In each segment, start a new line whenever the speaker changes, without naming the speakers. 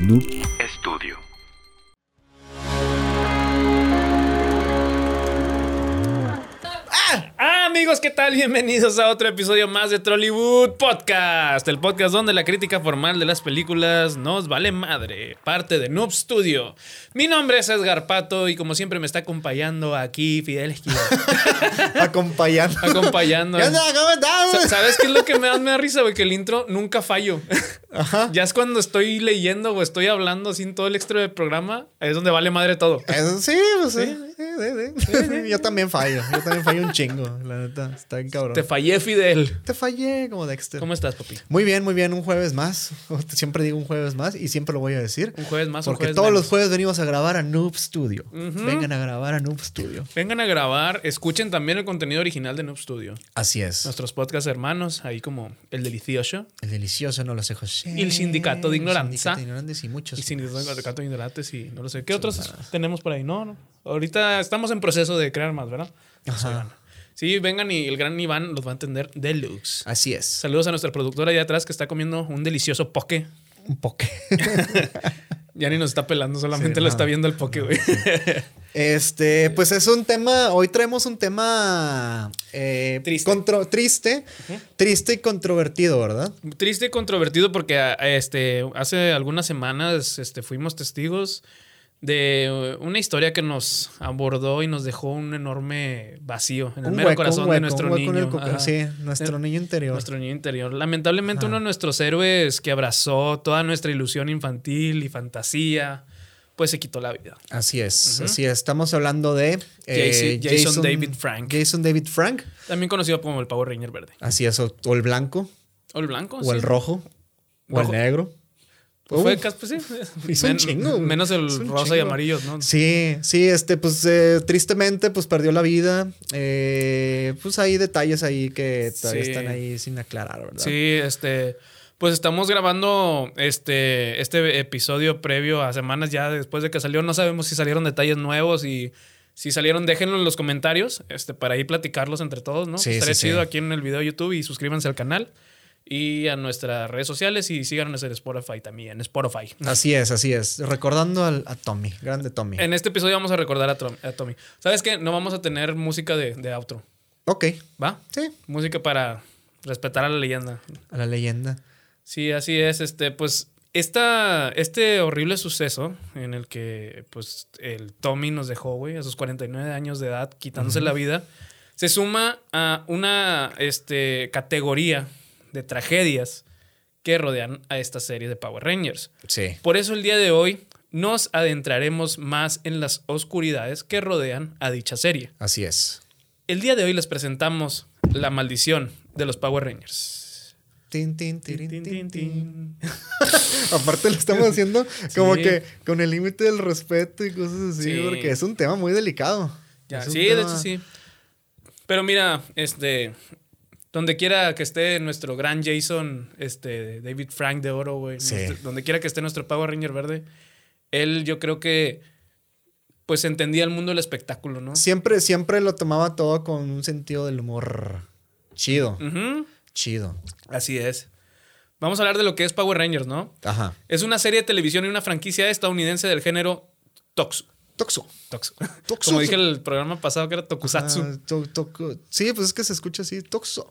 Noob
Estudio.
Ah, amigos, ¿qué tal? Bienvenidos a otro episodio más de Trollywood Podcast, el podcast donde la crítica formal de las películas nos vale madre, parte de Noob Studio. Mi nombre es Edgar Pato y como siempre me está acompañando aquí Fidel Esquivel,
Acompañando.
acompañando.
¿Qué onda? ¿Cómo
Sa-
estamos?
¿Sabes qué es lo que me da, me da risa, güey? Que el intro nunca fallo.
Ajá.
Ya es cuando estoy leyendo o estoy hablando sin todo el extra del programa, es donde vale madre todo.
Eso sí, pues sí. sí, sí, sí. Yo también fallo. Yo también fallo un chingo. La neta, está bien cabrón.
Te
Te,
fallé, Fidel.
fallé como Dexter.
¿Cómo estás, papi?
Muy bien, muy bien. Un jueves más. Siempre digo un jueves más y siempre lo voy a decir.
Un jueves más, un
Porque
jueves
todos
menos.
los jueves venimos a grabar a Noob Studio. Vengan a grabar a Noob Studio.
Vengan a grabar, escuchen también el contenido original de Noob Studio.
Así es.
nuestros podcasts hermanos, ahí como El Delicioso,
El delicioso no lo sé, José.
Y el sindicato de
El
ignoranza.
Sindicato de ignorantes y muchos.
y sin
más.
Gato Ignorantes y no lo sé. ¿Qué otros tenemos por ahí? No, no. Ahorita estamos en proceso de crear más, ¿verdad?
Ajá.
Sí, vengan y el gran Iván los va a entender deluxe.
Así es.
Saludos a nuestra productora allá atrás que está comiendo un delicioso poke.
Un poque.
Ya ni nos está pelando, solamente
Sí,
lo
no.
está viendo el poke, güey.
Este, pues es un tema, hoy traemos un tema eh,
Triste.
contro- triste, triste y controvertido, ¿verdad?
Triste y controvertido porque a- a este, hace algunas semanas este, fuimos testigos de eh, una historia que nos abordó y nos dejó un enorme vacío en el mero corazón de nuestro
un hueco en el
niño.
coco-
Ajá.
sí, nuestro
Eh,
niño interior.
Nuestro niño interior. Lamentablemente uno de nuestros héroes que abrazó toda nuestra ilusión infantil y fantasía, pues se quitó la vida.
Así es, así es. Estamos hablando de eh,
Jason- Jason David Frank.
Jason David Frank,
También conocido como el Power Ranger verde.
así es, o, o el blanco,
O el blanco.
o el
Oh, sí.
rojo, o el
Rojo.
negro.
Pues fue
Uf.
casi- pues sí.
Hizo un
Men-
chingo, güey.
Menos el
Hizo un
rosa y
chingo.
amarillo, ¿no?
Sí, sí, este, pues eh, tristemente, pues perdió la vida. Eh, pues hay detalles ahí que todavía
Sí.
están ahí sin aclarar, ¿verdad?
Sí, este. Pues estamos grabando este, este episodio previo a semanas ya después de que salió. No sabemos si salieron detalles nuevos y si salieron, déjenlo en los comentarios este, para ahí platicarlos entre todos, ¿no?
Sí,
Estaría
sí,
chido
sí.
aquí en el video de YouTube y suscríbanse al canal y a nuestras redes sociales y síganos en Spotify también, en Spotify.
Así es, así es. Recordando al- a Tommy, grande Tommy.
En este episodio vamos a recordar a, Trom- a Tommy. ¿Sabes qué? No vamos a tener música de, de outro,
Ok,
¿va?
sí,
Música para respetar a la leyenda.
a la leyenda.
Sí, así es. Este, pues, esta, este horrible suceso en el que, pues, el Tommy nos dejó, güey, a sus 49 años de edad, quitándose la vida, se suma a una este, categoría de tragedias que rodean a esta serie de Power Rangers.
Sí.
Por eso el día de hoy nos adentraremos más en las oscuridades que rodean a dicha serie.
Así es.
El día de hoy les presentamos la maldición de los Power Rangers.
Tin, tin, tirin,
Tin, tin,
tin, tin.
tin.
Aparte lo estamos haciendo como
Sí.
que con el límite del respeto y cosas así,
Sí.
porque es un tema muy delicado.
Ya,
Es un
sí, de
tema-
hecho sí. Pero mira, este, donde quiera que esté nuestro gran Jason, este, David Frank de Oro, güey,
Sí.
nuestro- donde quiera que esté nuestro Power Ranger verde, él yo creo que, pues entendía el mundo del espectáculo, ¿no?
Siempre, siempre lo tomaba todo con un sentido del humor chido,
Ujú,
chido.
Así es. Vamos a hablar de lo que es Power Rangers, ¿no?
Ajá.
Es una serie de televisión y una franquicia estadounidense del género Tox.
Toxo.
Tox.
Toxo.
Como dije en el programa pasado que era Tokusatsu.
Ah, to- toco- sí, pues es que se escucha así, toxo.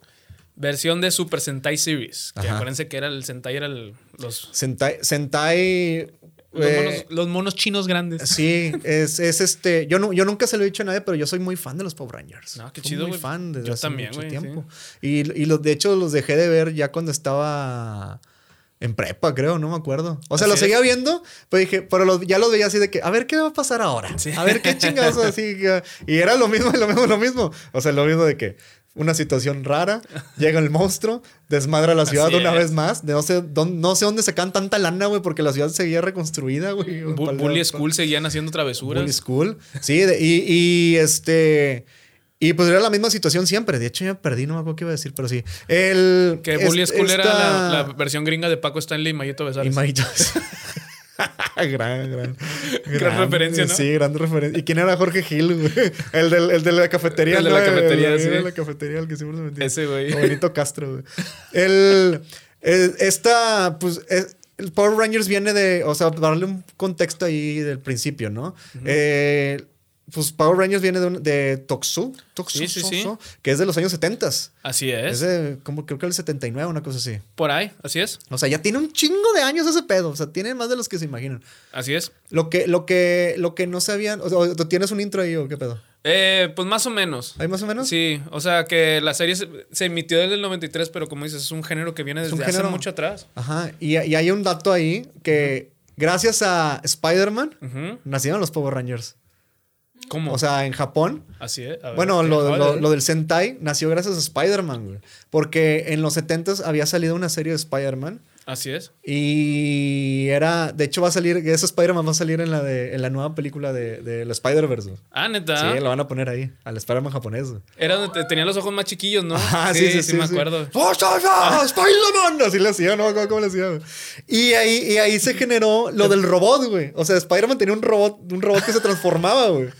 Versión de Super Sentai Series. Que
Ajá.
acuérdense que era el Sentai, era el- los,
Sentai, Sentai
los,
eh,
monos, los monos chinos grandes.
Sí, es, es este. Yo, nu- yo nunca se lo he dicho a nadie, pero yo soy muy fan de los Power Rangers.
No, qué
Fui
chido,
Muy
güey.
fan desde
Yo
hace
también,
mucho
güey,
tiempo. Y, y los, de hecho, los dejé de ver ya cuando estaba en prepa, creo, no me acuerdo. O sea,
Así
los seguía viendo, pero dije, pero los- ya los veía así de que, a ver qué va a pasar ahora.
Sí.
A ver qué chingados así. que- Y era lo mismo, lo mismo, lo mismo. O sea, lo mismo de que. Una situación rara, llega el monstruo, desmadra la ciudad
Así
una
es.
vez más. De no, sé dónde, no sé dónde sacan tanta lana, güey, porque la ciudad seguía reconstruida, güey.
Bu- Bully School seguían haciendo travesuras.
Bully School. Sí, de- y, y, este. Y pues era la misma situación siempre. De hecho, ya me perdí, no me acuerdo qué iba a decir, pero sí. El.
que Bully
est-
School era la,
esta-
la versión gringa de Paco Stanley y Mayito
Y
Besares.
Maritos. gran, gran,
referencia, ¿no?
Sí, gran referencia. ¿Y quién era Jorge Gil, güey? El, del, el de la cafetería.
El de
¿no?
la cafetería, sí.
El de la cafetería, el que siempre se metía.
Ese, güey.
O Benito Castro, güey. El, el- Esta, pues. es- el Power Rangers viene de, o sea, darle un contexto ahí del principio, ¿no? Eh, pues Power Rangers viene de, un- de Toxu, Toxu,
Sí, sí, sí.
Toxu, que es de los años 70. s
Así
Es
es.
de, como creo que el 79, una cosa así.
Por ahí, así es.
O sea, ya tiene un chingo de años ese pedo. O sea, tiene más de los que se imaginan.
Así es.
Lo que, lo que, lo que no sabían. O sea, o- ¿tienes un intro ahí o qué pedo?
Eh, pues más o menos.
¿Hay más o menos?
Sí, o sea que la serie se, se emitió desde el 93, pero como dices, es un género que viene
Es
desde
un
hace
género.
mucho atrás.
Ajá. Y, y hay un dato ahí que gracias a Spider-Man
Ujú.
nacieron los Power Rangers.
¿Cómo?
O sea, en Japón.
así es. A ver,
Bueno,
¿qué
lo,
acabas
lo-
de-
lo del Sentai nació gracias a Spider-Man, güey. Porque en los 70s había salido una serie de Spider-Man.
Así es.
Y era. De hecho, va a salir. Ese Spider-Man va a salir en la, de, en la nueva película de, de la Spider-Verse. güey.
Ah, neta.
Sí, lo van a poner ahí. Al Spider-Man japonés. güey.
Era donde te- tenía los ojos más chiquillos, ¿no?
Ajá,
sí, sí, sí, me acuerdo. Ah.
¡Oh, soy yo, Spider-Man! Así le hacía, ¿no? ¿Cómo, cómo le hacía? güey? Y ahí, y ahí se generó lo del robot, güey. O sea, Spider-Man tenía un robot, un robot que se transformaba, güey.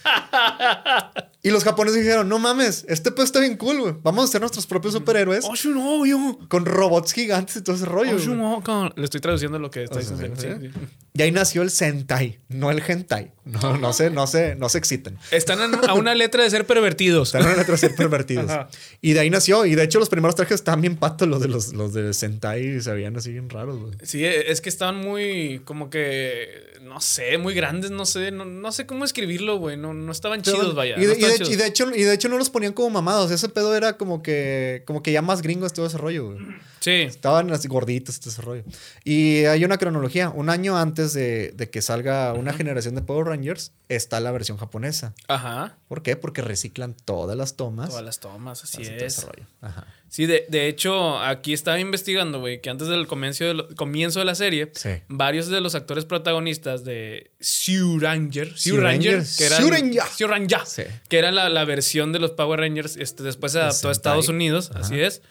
Y los japoneses dijeron, no mames, este pues está bien cool, güey. Vamos a hacer nuestros propios superhéroes
Oh, Oshunoyo.
con robots gigantes y todo ese rollo,
Oh,
güey".
Oshunoyo. Le estoy traduciendo lo que está
O sea,
diciendo.
sí,
Sí,
sí.
sí.
Y ahí nació el Sentai, no el Hentai. No, no sé, no sé, no se exciten.
Están a- a una letra de ser pervertidos.
Están en letras ser pervertidos.
Ajá.
Y de ahí nació. Y de hecho, los primeros trajes estaban bien patos, los de los, los de Sentai se veían así bien raros, güey.
Sí, e- es que estaban muy, como que, no sé, muy grandes, no sé, no, no sé cómo escribirlo, güey, no, no estaban chidos, vaya.
Y de,
no
y de-
estaban
y
chidos.
de hecho, y de hecho no los ponían como mamados. Ese pedo era como que, como que ya más gringos todo ese rollo, güey.
Sí,
Estaban así gorditos todo ese rollo. Y hay una cronología. Un año antes de, de que salga una generación de Power Rangers, está la versión japonesa.
ajá.
¿Por qué? Porque reciclan todas las tomas.
Todas las tomas, así
Así todo
es.
ese rollo. Ajá.
Sí, de, de hecho, aquí estaba investigando, güey, que antes del comienzo de, lo- comienzo de la serie,
Sí.
varios de los actores protagonistas de Sioux Ranger, Sioux
Sioux
Ranger,
Ranger,
que eran,
Sioux Ranger.
Sioux Ranger,
Sí.
que era la, la versión de los Power Rangers, este, después se
De
adaptó a
Sentai.
Estados Unidos,
Ajá.
así es.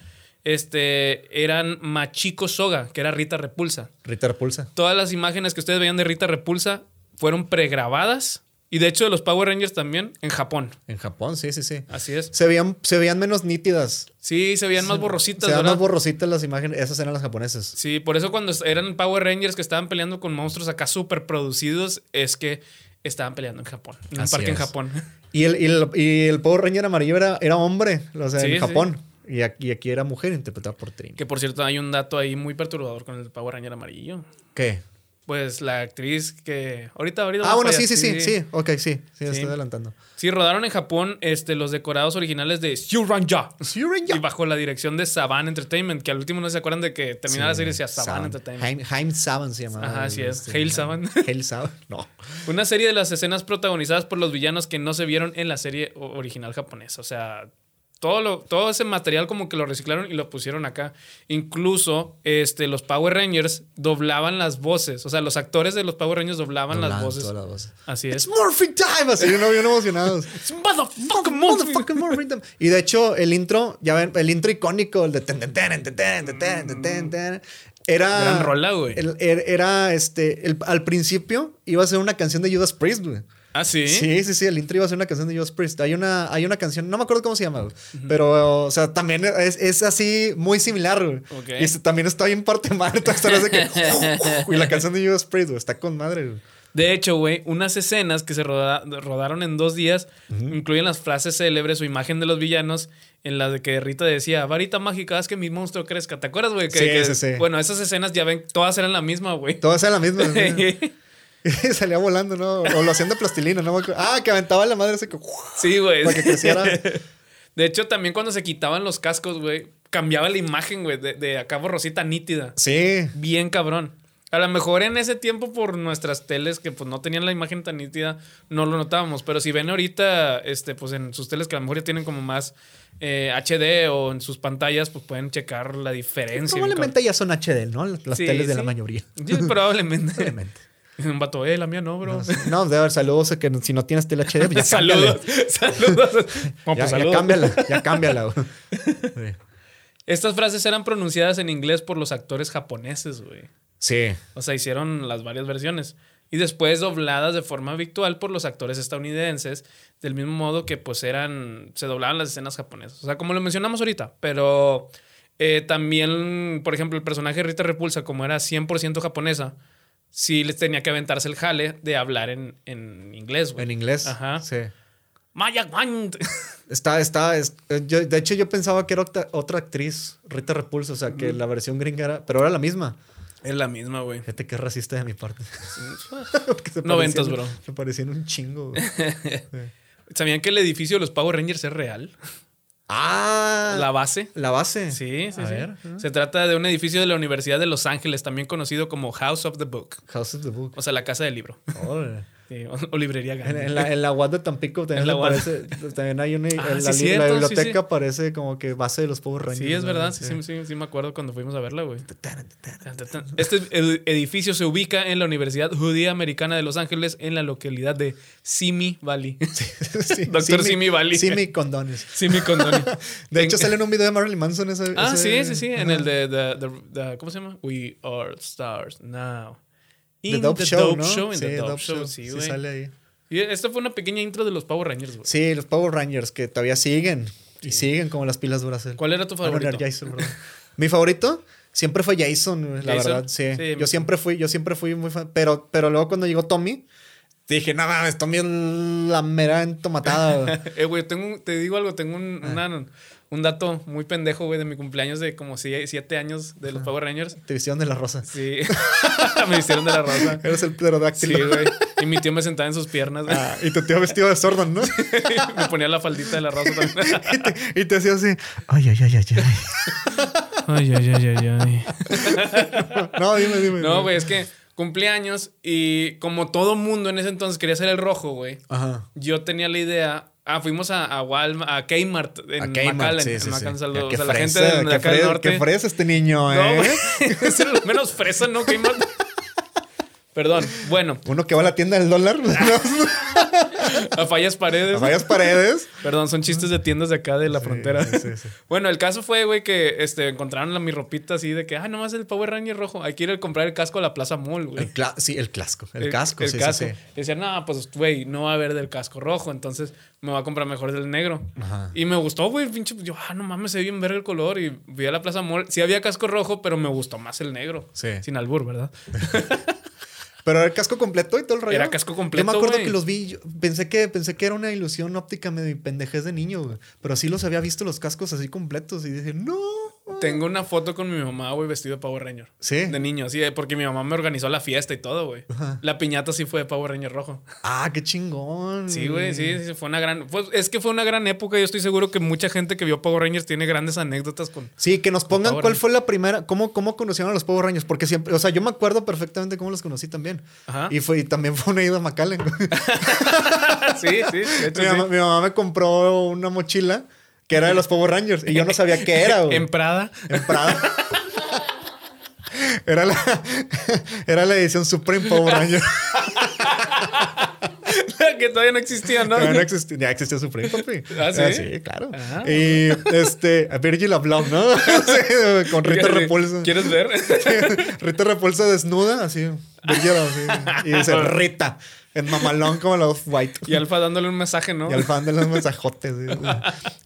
Este, eran Machiko Soga, que era Rita Repulsa.
Rita repulsa.
Todas las imágenes que ustedes veían de Rita Repulsa fueron pregrabadas y de hecho de los Power Rangers también en Japón.
En Japón, sí, sí, sí.
Así es.
Se veían, se veían menos nítidas.
Sí, se veían más borrositas,
Se veían
¿verdad?
más borrositas las imágenes. Esas eran las japonesas.
Sí, por eso cuando eran Power Rangers que estaban peleando con monstruos acá súper producidos, es que estaban peleando en Japón, en un
Así
parque en
es.
Japón.
Y el, y el, y el Power Ranger amarillo era, era hombre, o sea,
Sí, sí.
en Japón. Y aquí, y aquí era mujer interpretada por Trini.
Que por cierto, hay un dato ahí muy perturbador con el Power Ranger amarillo.
¿Qué?
Pues la actriz que. Ahorita, ahorita.
Ah,
vamos
bueno,
para
sí,
allá.
sí, sí, sí. Ok, sí. Sí,
Sí.
estoy adelantando.
Sí, rodaron en Japón este, los decorados originales de Sioux Ranger.
Sí,
Y bajo la dirección de Saban Entertainment, que al último no se acuerdan de que terminaba la serie y decía Saban, Entertainment.
Haim, Haim Saban se llamaba.
Ajá, así es.
Este,
Hail Saban.
Hail Saban. No.
Una serie de las escenas protagonizadas por los villanos que no se vieron en la serie o- original japonesa. O sea, todo, lo, todo ese material como que lo reciclaron y lo pusieron acá. Incluso este, los Power Rangers doblaban las voces. O sea, los actores de los Power Rangers doblaban las
Doblaban
voces.
todas las voces.
Así
It's
es.
Morphin Time. Así, no, bien emocionados.
Motherfucker, motherfucker.
Motherfucking Morphin Time. Y de hecho, el intro, ya ven, el intro icónico, el de ten, ten, ten, ten, ten, ten, ten, ten, ten, ten, era.
Mm. Gran rola, güey.
el- er- era este. el- al principio iba a ser una canción de Judas Priest, güey.
¿Ah, sí?
Sí, sí, sí, el intro iba a ser una canción de Judas Priest. Hay una, hay una canción, no me acuerdo cómo se llama, güey, pero, o sea, también es, es así muy similar, güey.
Ok.
Y se- también está bien parte Marta, está de que... y la canción de Judas Priest, güey, está con madre, güey.
De hecho, güey, unas escenas que se roda- rodaron en dos días incluyen las frases célebres o imagen de los villanos en las de que Rita decía, varita mágica, haz que mi monstruo crezca. ¿Te acuerdas, güey? Que-
Sí,
que-
sí, sí.
Bueno, esas escenas ya ven, todas eran la misma, güey.
Todas eran la misma. güey.
sí,
Y salía volando, ¿no? O lo hacían de plastilina, ¿no? me acuerdo. Ah, que aventaba la madre así que...
güey.
Para que creciera.
De hecho, también cuando se quitaban los cascos, güey, cambiaba la imagen, güey, de, de acá borrosita nítida.
Sí.
Bien cabrón. A lo mejor en ese tiempo por nuestras teles que pues no tenían la imagen tan nítida, no lo notábamos. Pero si ven ahorita, este, pues en sus teles que a lo mejor ya tienen como más eh, HD o en sus pantallas, pues pueden checar la diferencia.
Probablemente ya son HD, ¿no? Las
Sí,
teles de
sí.
la mayoría.
Sí, probablemente.
Probablemente.
Un vato, eh, la mía no, bro.
No, sí. No, de ver, saludos a que no- si no tienes tele HD, pues ya
saludos.
saludos.
saludos. No, pues,
Ya, ya
saludos.
cámbiala, ya cámbiala. güey. Sí.
Estas frases eran pronunciadas en inglés por los actores japoneses, güey.
Sí.
O sea, hicieron las varias versiones. Y después dobladas de forma habitual por los actores estadounidenses, del mismo modo que pues eran, se doblaban las escenas japonesas. O sea, como lo mencionamos ahorita, pero Eh, también, por ejemplo, el personaje de Rita Repulsa, como era 100% japonesa, sí les tenía que aventarse el jale de hablar en, en inglés, güey.
En inglés.
Ajá.
Sí.
Maya Wand.
Está, está. es- eh, yo- de hecho, yo pensaba que era octa- otra actriz, Rita Repulsa, o sea, que
Mm.
la versión gringa era, pero era la misma.
Es la misma, güey.
Fíjate que racista de mi parte. Porque se
Noventas,
parecían-
bro.
Se parecían un chingo. güey.
¿Sabían que el edificio de los Power Rangers es real?
ah,
La
la,
base.
base.
Sí, sí,
A
sí.
ver.
Se trata de un edificio de la Universidad de Los Ángeles, también conocido como House of the Book,
House of the Book.
o sea, la casa del libro
Órale.
Sí, o, o librería
En,
grande.
en la, en la UAD de Tampico también,
En la
me
UAD.
parece- también hay una.
Ah,
en la,
sí,
li-
cierto,
la
sí,
biblioteca
sí.
parece como que base de los Power Rangers.
Sí, es
¿no?
verdad, sí, sí, sí, sí me acuerdo cuando fuimos a verla, güey.
Taran, taran.
Este ed- edificio se ubica en la Universidad Judía Americana de Los Ángeles, en la localidad de Simi Valley.
Sí,
Doctor Simi Valley.
Simi Condones.
Simi Condoni.
De hecho,
En-
sale en un video de Marilyn Manson ese.
Ah,
ese-
sí, sí, sí. En el de, the- the- the- ¿Cómo se llama? We are stars now.
The
In
Dope Show, ¿no?
in
sí,
the Dope
Dope
Show,
Show.
sí,
Sí,
güey.
sale ahí.
Y esta fue una pequeña intro de los Power Rangers, güey.
Sí, los Power Rangers que todavía siguen. Y siguen como las pilas duras. él.
¿Cuál era tu
Ah, no,
favorito?
era Jason, perdón. Mi favorito siempre fue Jason, güey, la
Jason,
verdad, sí.
sí.
Yo siempre fui, yo siempre fui muy fan. Pero, pero luego cuando llegó Tommy, dije, no mames, Tommy es la mera entomatada. güey".
Eh, güey, tengo, un- te digo algo, tengo un,
Ah.
una- un dato muy pendejo, güey, de mi cumpleaños de como si- siete años de los Power Rangers.
Te vistieron de la rosa.
Sí, me hicieron de la rosa.
Eres el
Sí,
pterodáctilo.
güey. Y mi tío me sentaba en sus piernas, güey.
Ah, y tu tío vestido de Sordon, ¿no?
me ponía la faldita de la rosa también.
y, te, y te hacía así, ay, ay, ay, ay, ay.
ay, ay, ay, ay, ay.
Pues No, dime, dime.
No, güey, es que cumplí años y como todo mundo en ese entonces quería ser el rojo, güey,
Ajá.
yo tenía la idea. Ah, fuimos a, a Walmart, a Kmart en
A
McAllen.
Kmart, sí,
en
sí, sí.
McAllen, saludos.
Ah,
O
qué
sea, la gente
fresa,
de, de
qué
acá del
fresa,
norte.
Qué fresa este niño,
No,
¿eh?
güey. Es el menos fresa, ¿no? Kmart. Perdón. Bueno,
Uno que va a la tienda del dólar, ¿no?
a fallas paredes.
a varias paredes.
Perdón, son chistes de tiendas de acá de la frontera.
sí, sí, sí.
Bueno, el caso fue, güey, que este, encontraron la, mi ropita así de que, ah, nomás el Power Ranger rojo. Hay que ir a comprar el casco a la Plaza Mall, güey.
El cla- sí, el casco. El, casco,
el
sí,
casco.
sí, sí.
Y Decían, no, pues, güey, no va a haber del casco rojo, entonces me va a comprar mejor del negro.
Ajá.
Y me gustó, güey, pinche. Yo, ah, no mames, se ve bien ver el color. Y fui a la Plaza Mall. Sí había casco rojo, pero me gustó más el negro.
Sí.
Sin albur, ¿verdad?
Pero era el casco completo y todo el rollo.
Era casco completo,
Yo me acuerdo
güey.
que los vi. yo pensé, que, pensé que era una ilusión óptica medio pendejez de niño, güey. Pero sí los había visto los cascos así completos y dije, no.
Tengo una foto con mi mamá, güey, vestido de Power Ranger.
Sí.
De niño, sí, porque mi mamá me organizó la fiesta y todo, güey.
Ajá.
La piñata sí fue de Power Ranger rojo.
Ah, qué chingón.
Sí, güey,
Mm.
sí, sí, fue una gran. fue- es que fue una gran época. Yo estoy seguro que mucha gente que vio Power Rangers tiene grandes anécdotas con.
Sí, que nos pongan
Power
cuál
Rangers.
fue la primera, cómo, cómo conocieron a los Power Rangers, porque siempre, o sea, yo me acuerdo perfectamente cómo los conocí también.
Ajá.
Y, fue, y también fue una ida a McAllen. güey.
sí, sí, de hecho,
mi,
sí.
mamá, mi mamá me compró una mochila que era de los Power Rangers y yo no sabía qué era, güey.
En Prada.
En Prada. Era la, era la edición Supreme Power Ranger.
que todavía no existía, ¿no?
No, no existía, ya existía Supreme, papi.
Ah, ¿sí?
claro.
Ah.
Y este, a Virgil Abloh, ¿no? Sí, con Rita Repulsa.
¿Quieres ver?
Rita Repulsa desnuda, así. Virgil así. Y dice Rita, en mamalón como los white.
y Alfa dándole un mensaje, ¿no?
Y al fan de los mensajotes. sí, sí.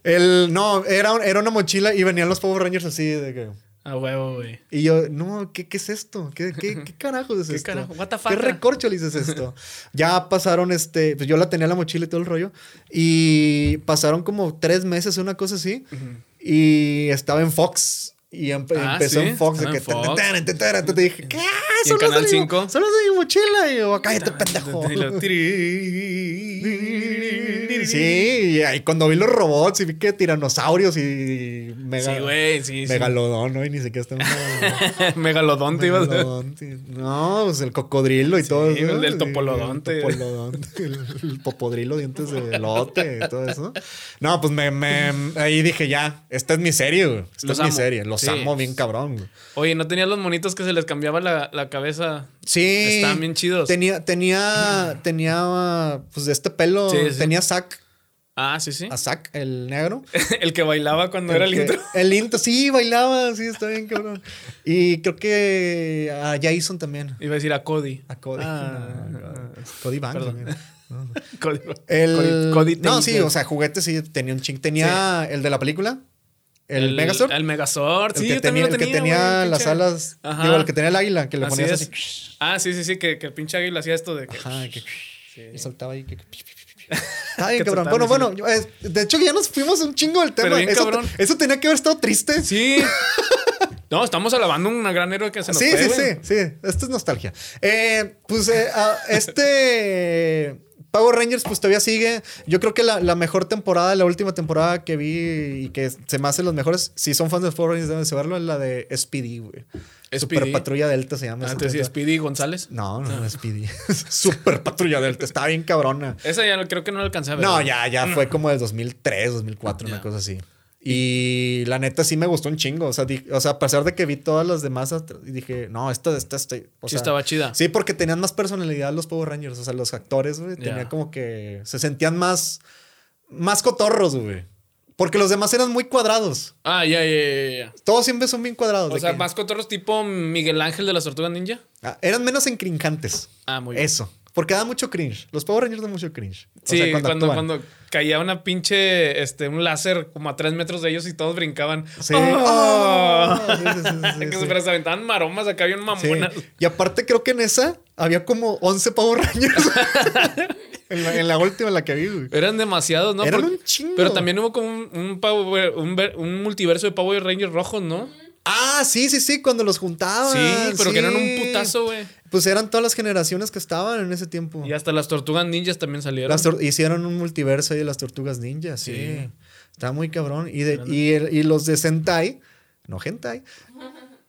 El, no, era, un- era una mochila y venían los Power Rangers así de que.
A huevo, güey.
Y yo, no, ¿qué, qué es esto? ¿Qué, qué, qué carajo es
¿Qué
esto?
carajo? What the fuck?
¿Qué recorcho le dices esto? ya pasaron, este, pues yo la tenía en la mochila y todo el rollo. Y pasaron como tres meses, una cosa así. Y estaba en Fox. Y empe-
Ah,
empezó
sí,
en Fox. De
estaba
que,
en Fox.
Te dije, ¿qué?
¿Y en
Solo es de
Canal
mi-
5?
Solo es de mi mochila. Y yo, cállate, pendejo.
Y lo-
Sí, y ahí cuando vi los robots y vi que tiranosaurios y mega,
Sí, güey, sí. sí.
megalodón, ¿no? Y ni siquiera está en megalodón.
Megalodonte ibas a
Megalodonte. No, pues el cocodrilo y todo eso.
el del
Sí,
topolodonte.
El, topolodonte, el, el popodrilo, dientes de lote y todo eso. No, pues me, me- ahí dije ya, esta es mi serie, güey. Esta
Los
es mi
amo.
serie. Los
Sí.
amo bien cabrón, güey.
Oye, ¿no tenías los monitos que se les cambiaba la, la cabeza?
Sí.
Estaban bien chidos.
Tenía, tenía, tenía, pues de este pelo,
Sí, sí.
tenía sac,
Ah, sí, sí.
a sac, el negro.
el que bailaba cuando era el
que-
intro.
El intro, sí, bailaba, sí, está bien, cabrón. Y creo que a Jason también.
Iba a decir a Cody.
A Cody.
Ah,
No, no, Cody Banks.
Perdón.
¿no?
Cody.
El...
Cody
no,
Taylor.
sí, o sea, juguetes sí tenía un ching. Tenía el de la película. El, Megazord.
El Megazord,
El
sí,
que
yo también lo
tenía, el
tenía.
que tenía
güey, el
las
pinche-
alas.
Ajá.
Digo, el que tenía el águila, que le
Así
ponías
es.
así.
Ah, sí, sí, sí, que, que el pinche águila hacía esto de que.
Ajá, que-
Sí.
Y soltaba ahí. que- Está bien,
Que
cabrón.
soltaba
Bueno,
así.
bueno, yo, eh, de hecho ya nos fuimos un chingo del tema.
Pero bien
eso,
cabrón.
eso tenía que haber estado triste. Sí,
Sí. No, estamos alabando un gran héroe que se nos
sí,
fue,
sí,
güey.
sí, Esto es nostalgia. Eh, pues eh, a- este Power Rangers pues todavía sigue. Yo creo que la, la mejor temporada, la última temporada que vi y que se me hace los mejores, si son fans de Power Rangers deben saberlo, es la de Speedy, güey.
SPD.
Super Patrulla Delta se llama. esa
Antes Ah, sí,
película.
Speedy Ah. González.
No, no, no es Speedy. Super Patrulla Delta. Está bien cabrona.
Esa ya no- creo que no la alcancé a ver.
No,
güey.
ya, ya fue como del 2003, 2004, una
Ah, Mm. Ya.
cosa así. Y la neta sí me gustó un chingo. O sea, di- o sea a pesar de que vi todas las demás, atr- y dije, no, esta, esta, esta. o
Sí,
sea,
estaba chida.
Sí, porque tenían más personalidad los Power Rangers. O sea, los actores, güey,
Ya.
tenían como que se sentían más, más cotorros, güey. Porque los demás eran muy cuadrados.
Ah, ya, ya, ya, ya, ya.
Todos siempre son bien cuadrados.
O
de
sea,
que-
más cotorros tipo Miguel Ángel de las Tortugas Ninja.
Ah, eran menos encrincantes.
Ah, muy bien.
Eso. Porque da mucho cringe. Los Power Rangers dan mucho cringe. O
Sí,
sea,
cuando,
actúan.
cuando caía una pinche, este, un láser como a tres metros de ellos y todos brincaban.
Sí.
¡Ah!
Ah, sí, sí, sí, sí,
que
sí.
se, pero se aventaban maromas acá bien
Sí.
mamonas.
Y aparte creo que en esa había como 11 Power Rangers. en, la, en la última en la que vi, güey.
Eran demasiados, ¿no?
Eran
Porque-
un chingo.
Pero también hubo como un, un, Power- un ver- un multiverso de Power Rangers rojos, ¿no?
Ah, sí, sí, sí, cuando los juntaban.
sí, pero que eran un
Ah, sí.
putazo, güey.
Pues eran todas las generaciones que estaban en ese tiempo.
Y hasta las tortugas ninjas también salieron.
Las tor- hicieron un multiverso ahí de las tortugas ninjas, sí.
Sí.
Está muy cabrón. Y, de- y, el- y los de Sentai, no Hentai,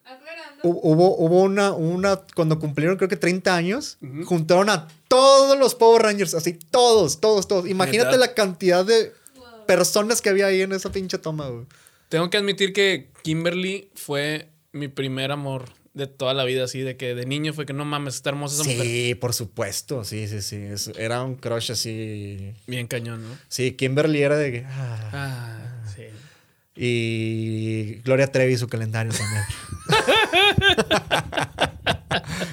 Aclarando.
hu- hubo, hubo una, una, cuando cumplieron creo que 30 años, juntaron a todos los Power Rangers, así, todos, todos, todos. Imagínate
Neta.
la cantidad de personas que había ahí en esa pinche toma, güey.
Tengo que admitir que Kimberly fue mi primer amor de toda la vida, así, de que de niño fue que no mames, está hermosa esa mujer.
Sí, por supuesto, sí, sí, sí. Es- era un crush así.
Bien cañón, ¿no?
Sí, Kimberly era de que... ah.
Ah, sí.
Y Gloria Trevi, su calendario también.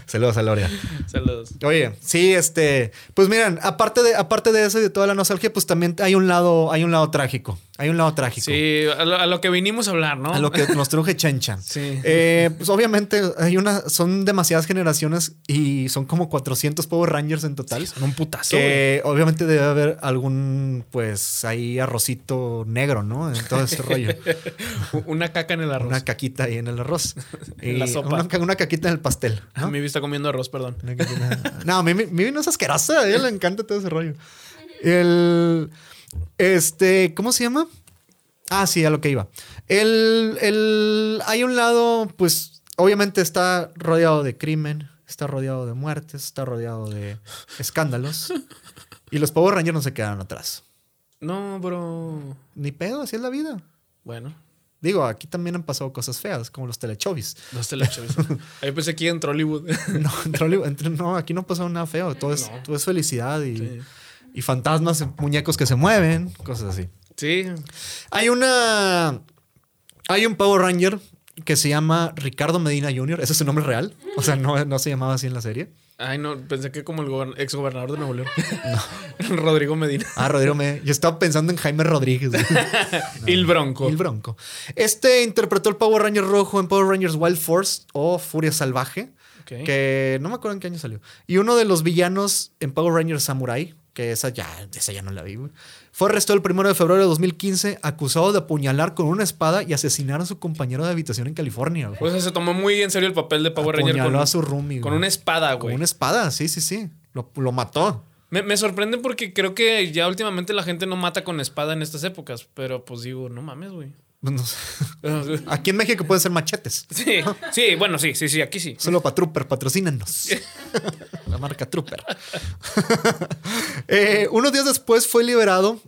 Saludos a Gloria.
Saludos.
Oye, sí, este, pues miren, aparte de, aparte de eso y de toda la nostalgia, pues también hay un lado, hay un lado trágico, hay un lado trágico.
Sí, a lo, a lo que vinimos a hablar, ¿no?
A lo que nos truje Chenchan.
Sí.
Eh, pues obviamente hay una, son demasiadas generaciones y son como 400 Power Rangers en total.
Son un putazo. güey.
que obviamente debe haber algún, pues ahí arrocito negro, ¿no? En todo este rollo.
U- Una caca en el arroz.
Una caquita ahí en el arroz.
En la
Y
sopa. Ah,
Una, ca- una caquita en el pastel.
A
¿no?
mí me está comiendo arroz, perdón.
Una caquita- No, a mí, mi- mi vino es asquerosa. A ella le encanta todo ese rollo. El. Este. ¿Cómo se llama? Ah, sí, a lo que iba. El. el hay un lado, pues. Obviamente está rodeado de crimen, está rodeado de muertes, está rodeado de escándalos. Y los Power Rangers no se quedaron atrás.
No, bro.
Ni pedo, así es la vida.
Bueno,
Digo, aquí también han pasado cosas feas, como los telechovis.
no te la Ahí pensé que iba en Trollywood.
No, en Trollywood- en Tro- no, aquí no pasó nada feo. Todo es, todo es felicidad y, y fantasmas, muñecos que se mueven, cosas así.
Sí.
Hay una. Hay un Power Ranger que se llama Ricardo Medina Jr. Ese es su nombre real. O sea, no, no se llamaba así en la serie.
Ay, no, pensé que como el gober- exgobernador de Nuevo León. Rodrigo Medina.
Ah, Rodrigo Medina. Yo estaba pensando en Jaime Rodríguez.
Il Bronco.
El Bronco. Este interpretó el Power Ranger rojo en Power Rangers Wild Force o Furia Salvaje.
Ok.
Que no me acuerdo en qué año salió. Y uno de los villanos en Power Rangers Samurai, que esa ya, esa ya no la vi, güey, fue arrestado el 1 de febrero de 2015 acusado de apuñalar con una espada y asesinar a su compañero de habitación en California. güey.
O sea, se tomó muy en serio el papel de Power Ranger
Apuñaló
con,
a su roomie.
con
güey.
una espada,
Con
güey.
una espada, sí, sí, sí. Lo, lo mató.
Me, me sorprende porque creo que ya últimamente la gente no mata con espada en estas épocas, pero pues digo, no mames, güey.
No sé. Aquí en México pueden ser machetes.
Sí, sí, bueno, sí, sí, sí, aquí sí.
Solo para Trooper, patrocínanos. La marca Trooper. Eh, unos días después fue liberado.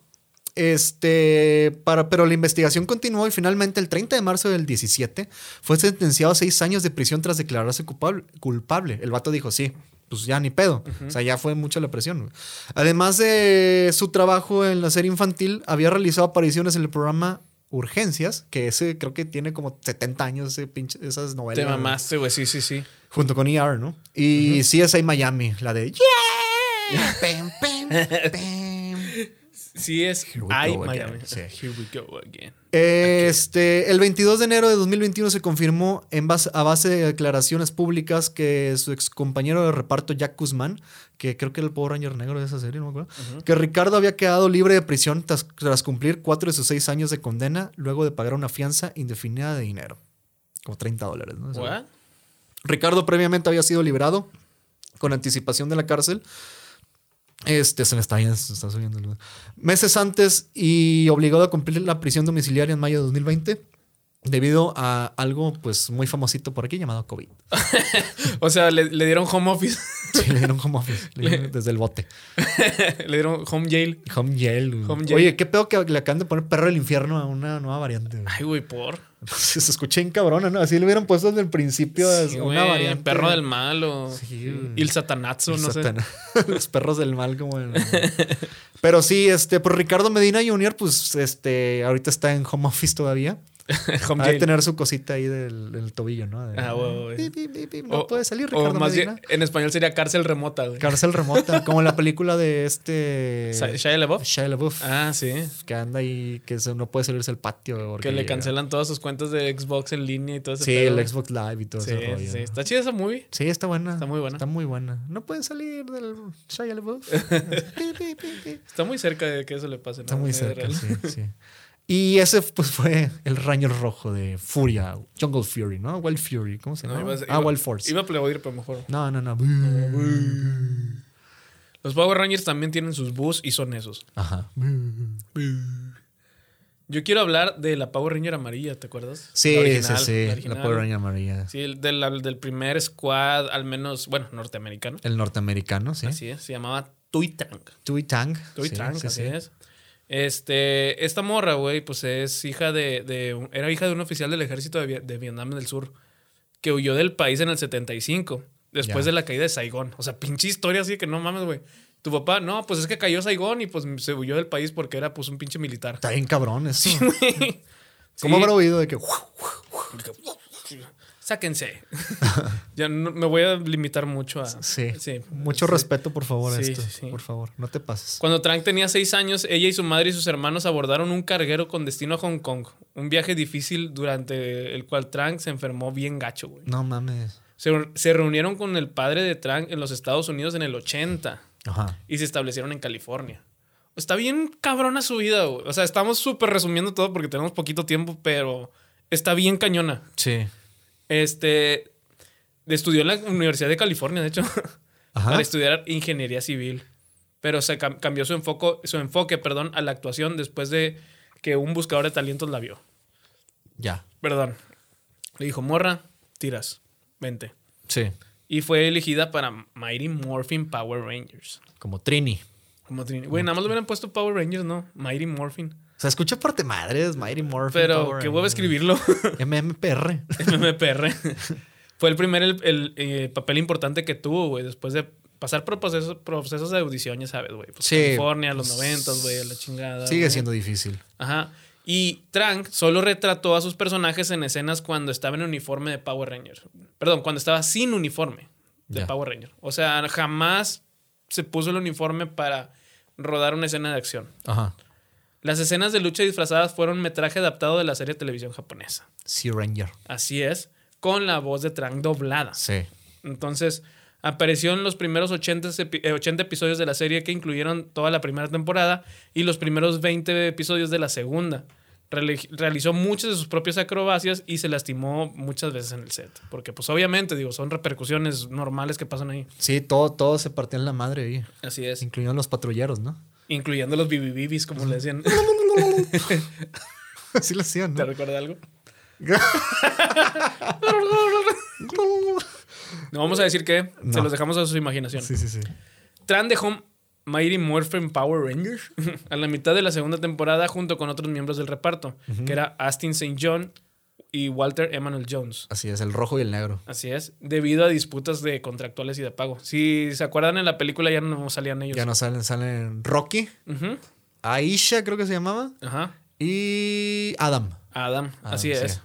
Este, para, pero la investigación continuó y finalmente el 30 de marzo del 17 fue sentenciado a seis años de prisión tras declararse culpable. culpable. El vato dijo, sí, pues ya ni pedo. O sea, ya fue mucha la presión. güey. Además de su trabajo en la serie infantil, había realizado apariciones en el programa Urgencias, que ese creo que tiene como 70 años ese pinche- esas novelas.
Te
güey.
mamaste, güey, sí, sí, sí.
Junto con ER, ¿no? Y sí es CSI Miami, la de... Yeah! Pem, pem, pem.
Sí es
Here we go
I
again,
Miami.
sí.
Here we go again.
Este, el 22 de enero de 2021 se confirmó en base, a base de declaraciones públicas que su ex compañero de reparto Jack Guzmán, que creo que era el Power Ranger negro de esa serie, no me acuerdo, que Ricardo había quedado libre de prisión tras, tras cumplir cuatro de sus seis años de condena luego de pagar una fianza indefinida de dinero, como 30 dólares. ¿no? Eso.
What?
Ricardo previamente había sido liberado con anticipación de la cárcel. Este se me está, yendo, se está subiendo. el- Meses antes y obligado a cumplir la prisión domiciliaria en mayo de 2020 debido a algo pues muy famosito por aquí llamado COVID.
O sea, le, le dieron home office.
Sí, le dieron home office, le dieron desde el bote.
le dieron home jail.
Home jail. güey.
Home jail.
Oye, qué pedo que le acaban de poner perro del infierno a una nueva variante. güey.
Ay, güey, por.
Se escuché en cabrona, ¿no? Así le hubieran puesto desde el principio a
Sí,
una
güey,
variante.
Perro del mal o.
Sí, güey.
Il satanazo, no sé.
Satana. Los perros del mal, como. en- Pero sí, este, por Ricardo Medina Jr., pues, este, ahorita está en home office todavía.
home
Va a
jail.
Ah, tener su cosita ahí del, del tobillo, ¿no? De-
Ah, huevo, güey.
Pi, pi, pi, pi, No
O-
puede salir
o
Ricardo
más
Medina.
bien, en español sería cárcel remota, güey.
Cárcel remota, como en la película de este.
Sa- Shia LaBeouf.
Shia LaBeouf,
Ah, sí.
Que anda ahí, que se- no puede salirse al patio. porque- ah,
Que le cancelan todas sus cuentas de Xbox en línea y todo ese
Sí,
pedo.
el Xbox Live y todo
Sí,
ese rollo.
sí. Está chida esa movie.
Sí, está buena.
Está muy buena.
Está muy buena. No pueden salir del Shia LaBeouf. Pi, pi, pi, pi.
Está muy cerca de que eso le pase. ¿no?
Está muy
Es
cerca,
real.
sí, sí. Y ese pues fue el Ranger Rojo de Furia, Jungle Fury, ¿no? Wild Fury, ¿cómo se
No,
llama?
iba a ser-
ah,
iba-
Wild Force.
Iba Eh, a aplaudir, pero mejor.
No, no, no. Mm.
Los Power Rangers también tienen sus bus y son esos.
Ajá.
Yo quiero hablar de la Power Ranger amarilla, ¿te acuerdas?
Sí,
La original,
sí, sí, La,
original.
Power Ranger Amarilla.
Sí, el del, al- del primer squad, al menos, bueno, norteamericano.
El norteamericano, sí.
Así es, se llamaba Toy Tank.
Tui Tang.
Toy
sí,
Tank,
sí,
así
sí.
es. Este, esta morra, güey, pues es hija de, de un- era hija de un oficial del ejército de, Vi- de Vietnam del Sur que huyó del país en el 75, después
Ya.
de la caída de Saigón. O sea, pinche historia así que no mames, güey. Tu papá, no, pues es que cayó Saigón y pues se huyó del país porque era pues un pinche militar.
Está bien cabrón eso.
Sí.
¿Cómo habrá oído de que
Sáquense. ya no- me voy a limitar mucho a.
Sí.
sí.
Mucho
Sí.
respeto, por favor, a
Sí,
esto.
sí, sí.
Por favor, no te pases.
Cuando Trank tenía seis años, ella y su madre y sus hermanos abordaron un carguero con destino a Hong Kong. Un viaje difícil durante el cual Trank se enfermó bien gacho, güey.
No mames.
Se, se reunieron con el padre de Trank en los Estados Unidos en el 80
Ajá.
y se establecieron en California. Está bien cabrona su vida, güey. O sea, estamos súper resumiendo todo porque tenemos poquito tiempo, pero está bien cañona.
Sí.
Este estudió en la Universidad de California, de hecho,
Ajá.
para estudiar ingeniería civil. Pero se cam- cambió su enfoque, su enfoque, perdón, a la actuación después de que un buscador de talentos la vio.
Ya.
Perdón. Le dijo, "Morra, tiras. Vente."
Sí.
Y fue elegida para Mighty Morphin Power Rangers.
Como Trini.
Como Trini. Güey, nada más le hubieran puesto Power Rangers, ¿no? Mighty Morphin.
O sea, escucha parte madres, Mighty Morphin.
Pero
Power
que huevo
Rangers.
escribirlo.
MMPR.
MMPR. Fue el primer el, el, eh, papel importante que tuvo, güey, después de pasar por procesos, procesos de audición, ya sabes, güey. Pues
Sí.
California, los noventas, güey, la chingada.
Sigue
güey.
siendo difícil.
Ajá. Y Trank solo retrató a sus personajes en escenas cuando estaba en uniforme de Power Ranger. Perdón, cuando estaba sin uniforme de
Ya.
Power Ranger. O sea, jamás se puso el uniforme para rodar una escena de acción.
Ajá.
Las escenas de lucha disfrazadas fueron metraje adaptado de la serie de televisión japonesa.
Sea Ranger.
Así es, con la voz de Trank doblada.
Sí.
Entonces, apareció en los primeros 80, epi- eh, 80 episodios de la serie que incluyeron toda la primera temporada y los primeros 20 episodios de la segunda. Reli- Realizó muchas de sus propias acrobacias y se lastimó muchas veces en el set. Porque, pues, obviamente, digo, son repercusiones normales que pasan ahí.
Sí, todo, todo se partía en la madre ahí.
Así es.
Incluyendo los patrulleros, ¿no?
Incluyendo los bibibibis, como le decían.
Así lo hacían,
¿Te
¿no?
recuerda algo? No vamos a decir qué. Se
No.
los dejamos a su imaginación.
sí, sí, sí.
Tran dejó Mighty Morphin Power Rangers a la mitad de la segunda temporada junto con otros miembros del reparto, que era Astin St. John y Walter Emanuel Jones.
Así es, el rojo y el negro.
Así es, debido a disputas de contractuales y de pago. Si se acuerdan en la película ya no salían ellos.
Ya no salen, salen Rocky,
Ujú,
Aisha creo que se llamaba,
Ajá.
y Adam.
Adam,
Adam,
así
sí.
es.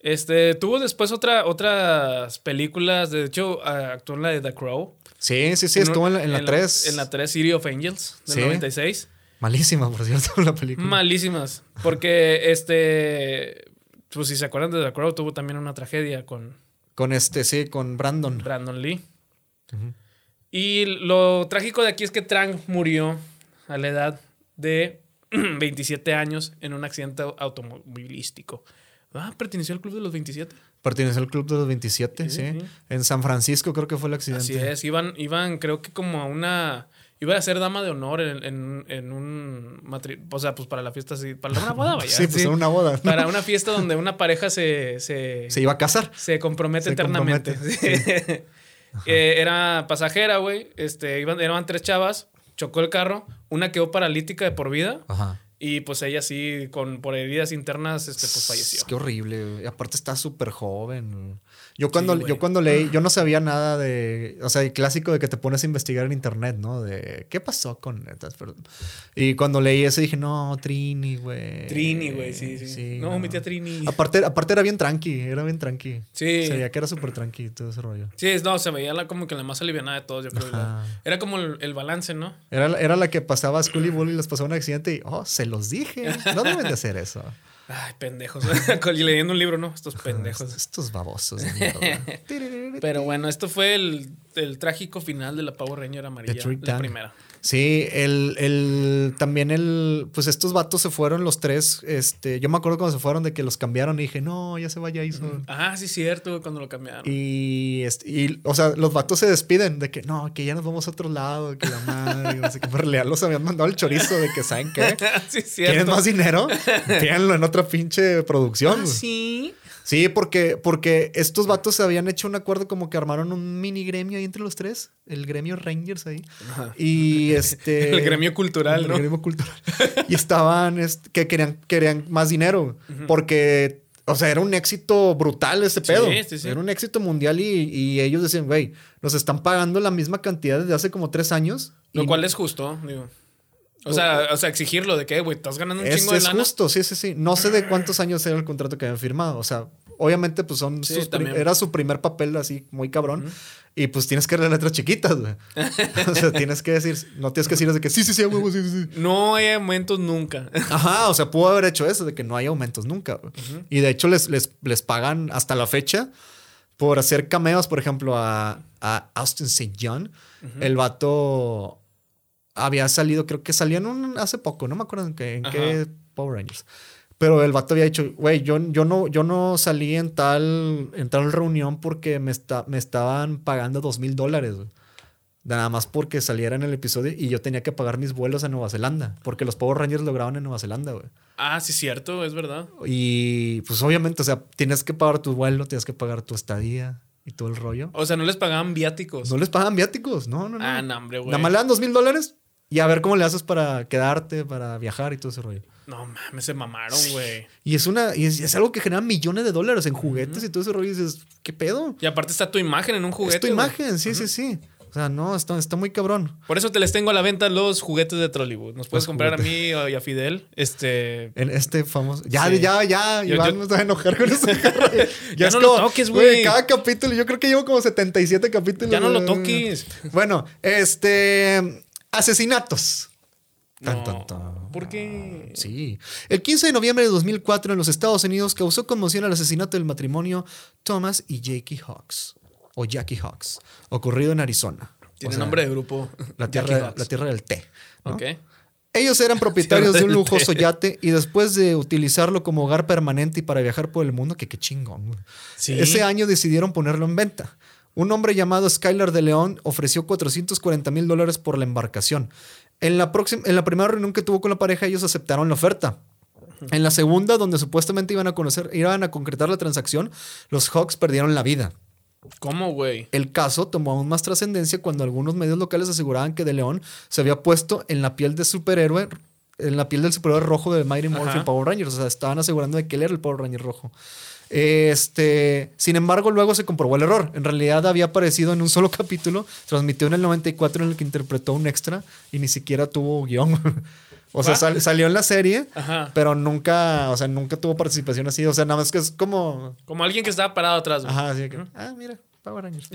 Este, tuvo después otra, otras películas, de hecho ah, actuó en la de The Crow.
Sí, sí, sí,
un-
estuvo en la, en la
en
3.
En la 3, City of Angels, del
Sí.
96.
Malísima, por cierto, la película.
Malísimas. Porque este. Pues si se acuerdan de The Crow, tuvo también una tragedia con
Con este, sí, con Brandon.
Brandon Lee. Y lo trágico de aquí es que Trang murió a la edad de 27 años en un accidente automovilístico. Ah, perteneció al club de los 27.
Pertenece al club de los 27, sí.
Sí, sí.
En San Francisco creo que fue el accidente.
Así es, iban, iban, creo que como a una. Iba a ser dama de honor en, en- en un matri- O sea, pues para la fiesta, sí, para una boda, vaya.
Sí,
sí.
pues en una boda. ¿no?
Para una fiesta donde una pareja se- se,
Se iba a casar.
Se compromete
Se
eternamente.
compromete,
Sí. Eh, era pasajera, güey. Este, iban, eran tres chavas. Chocó el carro. Una quedó paralítica de por vida.
Ajá.
Y pues ella sí, con, por heridas internas, este, pues falleció.
Es que horrible. güey. Aparte está súper joven. Yo cuando,
güey. Ah.
yo cuando leí, yo no sabía nada de, o sea, el clásico de que te pones a investigar en internet, ¿no? De qué pasó con estas per- Y cuando leí eso dije, no, Trini, güey.
Trini, güey, sí, sí. no, mi tía Trini.
Aparte, aparte era bien tranqui, era bien tranqui.
Sí.
Se veía que era súper tranqui todo ese rollo.
Sí, es- no, se veía la, como que la más alivianada de todos, yo creo. la-
Ajá.
Era como el, el balance, ¿no?
Era, la- era la que pasaba a School y Bully, les pasaba un accidente y, oh, se los dije. No deben de hacer eso.
Ay, pendejos. y leyendo un libro, ¿no? Estos pendejos.
Estos babosos de mierda.
Pero bueno, esto fue el, el trágico final de la Power Ranger amarilla.
Tree
La
Tank.
primera.
Sí, el, el- también el, pues estos vatos se fueron los tres, este, yo me acuerdo cuando se fueron de que los cambiaron y dije, no, ya se vaya Jason.
Ah, sí, cierto, güey, cuando lo cambiaron.
Y, este, y, o sea, los vatos se despiden de que no, que ya nos vamos a otro lado, que la madre, que no sé qué, pero en realidad los habían mandado el chorizo de que, ¿saben qué?
sí, es cierto.
¿Quieren más dinero? Pídanlo en otra pinche producción.
Ah,
güey.
sí.
Sí, porque, porque estos vatos se habían hecho un acuerdo como que armaron un mini gremio ahí entre los tres, el gremio Rangers ahí. Y este.
El gremio cultural,
el
¿no?
gremio cultural. Y estaban este, que querían, querían más dinero. Porque, o sea, era un éxito brutal ese
Sí,
pedo.
sí, sí.
Era un éxito mundial y, y ellos decían, güey, nos están pagando la misma cantidad desde hace como tres años.
Lo
y
cual es justo, digo. O sea, o sea, exigirlo de que, güey, estás ganando un
Oh, es,
chingo de
es
lana.
justo, sí, sí, sí. No sé de cuántos años era el contrato que habían firmado. O sea, obviamente, pues son
Sí,
sus prim-
también.
era su primer papel así muy cabrón. Y pues tienes que leer letras chiquitas, güey. o sea, tienes que decir, no tienes que decir de que sí, sí, sí, a huevo, sí, sí, sí.
No hay aumentos nunca.
Ajá, o sea, pudo haber hecho eso, de que no hay aumentos nunca. güey. Y de hecho les, les, les pagan hasta la fecha por hacer cameos, por ejemplo, a, a Austin St. John. El vato había salido, creo que salió en un, hace poco, no me acuerdo en qué, en
Ajá.
qué Power Rangers. Pero el vato había dicho, güey, yo, yo, no, yo no salí en tal, en tal reunión porque me, esta- me estaban pagando dos mil dólares. güey". Nada más porque saliera en el episodio y yo tenía que pagar mis vuelos a Nueva Zelanda. Porque los Power Rangers lo graban en Nueva Zelanda, güey.
ah, sí, cierto, es verdad.
Y pues obviamente, o sea, tienes que pagar tu vuelo, tienes que pagar tu estadía y todo el rollo.
O sea, no les pagaban viáticos.
pues, No les pagan viáticos, no, no, no.
ah, no, hombre, güey.
Nada más le dan dos mil dólares y a ver cómo le haces para quedarte, para viajar y todo ese rollo.
No mames, se mamaron, güey.
Y es una, y es, es algo que genera millones de dólares en juguetes y todo ese rollo. Y dices, ¿qué pedo?
Y aparte está tu imagen en un juguete.
es tu
güey.
imagen, sí, sí, sí. O sea, no, está, está muy cabrón.
Por eso te les tengo a la venta los juguetes de Trollywood. Nos puedes comprar a mí y a Fidel. Este.
En este famoso. Ya,
Sí.
ya, ya.
Yo-
Iván
yo-
me está a enojar con eso.
Ya
es
no lo
como,
toques, güey.
Cada capítulo, yo creo que llevo como 77 capítulos.
Ya no lo
güey.
toques.
Bueno, este. Asesinatos. Tan,
No.
tan, tan.
¿Por qué?
Sí. El 15 de noviembre de 2004 en los Estados Unidos causó conmoción el asesinato del matrimonio Thomas y Jackie Hawks. O Jackie Hawks. Ocurrido en Arizona.
Tiene
O sea,
nombre de grupo.
La
Jackie
tierra,
Box.
la tierra del té. ¿no?
Ok.
Ellos eran propietarios de un
Tierra del
lujoso
té.
yate y después de utilizarlo como hogar permanente y para viajar por el mundo, que qué chingón. güey.
Sí.
Ese año decidieron ponerlo en venta. Un hombre llamado Skylar de León ofreció 440 mil dólares por la embarcación. En la, próxima, en la primera reunión que tuvo con la pareja, ellos aceptaron la oferta. En la segunda, donde supuestamente iban a conocer, iban a concretar la transacción, los Hawks perdieron la vida.
¿Cómo, güey?
El caso tomó aún más trascendencia cuando algunos medios locales aseguraban que De León se había puesto en la piel de superhéroe, en la piel del superhéroe rojo de Mighty Morphin
Ajá.
Power Rangers. O sea, estaban asegurando de que él era el Power Ranger rojo. Este, sin embargo, luego se comprobó el error. En realidad había aparecido en un solo capítulo, transmitió en el 94 en el que interpretó un extra y ni siquiera tuvo guión. O sea,
Ah.
sal- salió en la serie,
Ajá.
pero nunca, o sea, nunca tuvo participación así. O sea, nada más que es como
Como alguien que estaba parado atrás, güey.
Ajá, así de que, ah, mira, Power Rangers.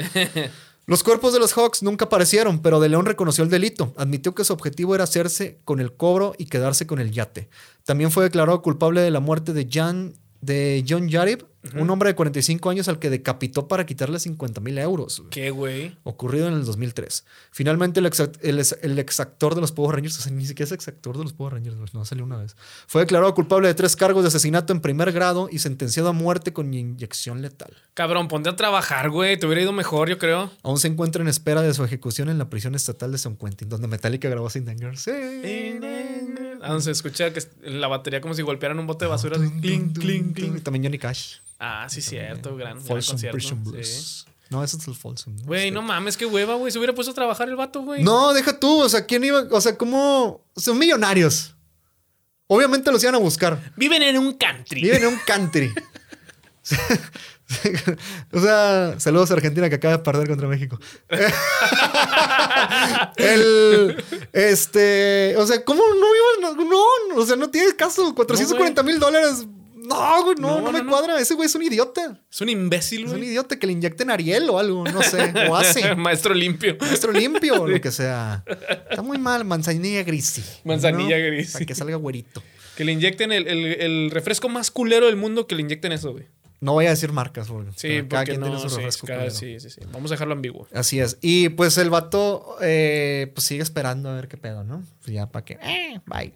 Los cuerpos de los Hawks nunca aparecieron, pero De León reconoció el delito. Admitió que su objetivo era hacerse con el cobro y quedarse con el yate. También fue declarado culpable de la muerte de, Jan, de John Yarib, un hombre de 45 años al que decapitó para quitarle 50 mil euros. güey.
¿Qué, güey?
Ocurrido en el 2003. Finalmente, el, exa- el ex- el exactor de los Power Rangers, o sea, ni siquiera es exactor de los Power Rangers, güey, no salió una vez. Fue declarado culpable de tres cargos de asesinato en primer grado y sentenciado a muerte con inyección letal.
Cabrón, ponte a trabajar, güey. Te hubiera ido mejor, yo creo.
Aún se encuentra en espera de su ejecución en la prisión estatal de San Quentin, donde Metallica grabó Sin Anger.
Ah, no, se escucha que la batería como si golpearan un bote de basura. así, clink, clink,
Y
clink.
También Johnny Cash.
Ah, sí, cierto. Gran, gran
Folsom
concierto.
Prison
sí.
Blues. No, ese es el Folsom.
Güey, no mames, qué hueva, güey. Se hubiera puesto a trabajar el vato, güey.
No, deja tú. O sea, ¿quién iba? O sea, ¿cómo? Son millonarios. Obviamente los iban a buscar.
Viven en un country.
Viven en un country. o sea, saludos a Argentina que acaba de perder contra México. El, este, o sea, ¿cómo no iban? No, o sea, no tiene caso. 440 mil dólares. No, güey, no,
No,
no, me
no, no.
cuadra. Ese güey es un idiota.
Es un imbécil,
Es un
güey.
idiota que le inyecten Ariel o algo, no sé, o hace.
Maestro limpio.
Maestro limpio o lo que sea. Está muy mal, manzanilla grisi.
Manzanilla grisi.
Para que salga güerito.
Que le inyecten el, el- el refresco más culero del mundo, que le inyecten eso, güey.
No voy a decir marcas, porque
Sí,
Ah, cada
porque
quien
no,
tiene su
sí,
refresco
cada-
culero.
sí, sí, sí. Vamos a dejarlo ambiguo.
Así es. Y pues el vato eh, pues sigue esperando a ver qué pedo, ¿no? Pues ya para que. eh, bye.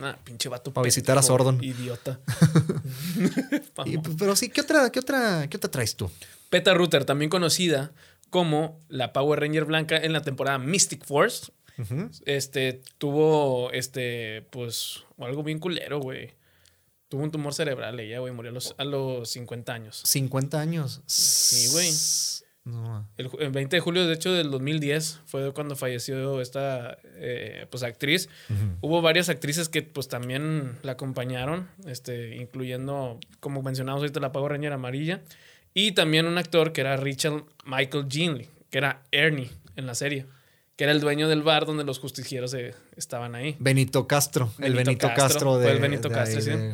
Ah, pinche vato.
Pa' visitar a Sordon.
Idiota.
Y, pues, pero sí, ¿qué otra, qué otra, qué otra traes tú?
Peta Rutter, también conocida como la Power Ranger blanca en la temporada Mystic Force, este tuvo este pues algo bien culero, güey. Tuvo un tumor cerebral ella, güey, murió a los, a los 50 años.
50 años.
Sí, güey.
No.
El, ju- el 20 de julio, de hecho, del 2010 fue cuando falleció esta eh, pues, actriz. Hubo varias actrices que pues también la acompañaron, este, incluyendo, como mencionamos ahorita, la Power Ranger amarilla. Y también un actor que era Richard Michael Ginley, que era Ernie en la serie, que era el dueño del bar donde los justicieros eh, estaban ahí.
Benito Castro. el
Benito
Benito
Castro,
Castro, de.
fue el Benito
de
Castro, sí.
de-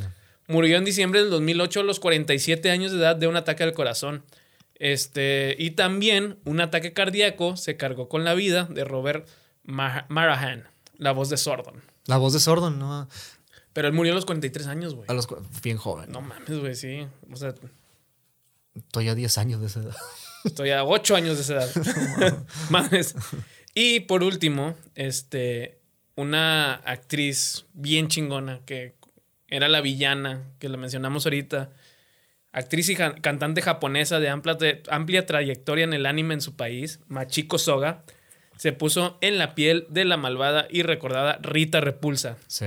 Murió en diciembre del 2008 a los 47 años de edad de un ataque al corazón. Este, y también un ataque cardíaco se cargó con la vida de Robert Mar- Marahan, la voz de Sordon.
La voz de Sordon, ¿no?
Pero él murió a los 43 años, güey.
A los cu- bien joven.
No mames, güey, sí. O sea,
Estoy a 10 años de esa edad.
estoy a 8 años de esa edad. mames. Y por último, este, una actriz bien chingona que era la villana, que la mencionamos ahorita. Actriz y ja- cantante japonesa de amplia, tra- amplia trayectoria en el anime en su país, Machiko Soga, se puso en la piel de la malvada y recordada Rita Repulsa.
Sí.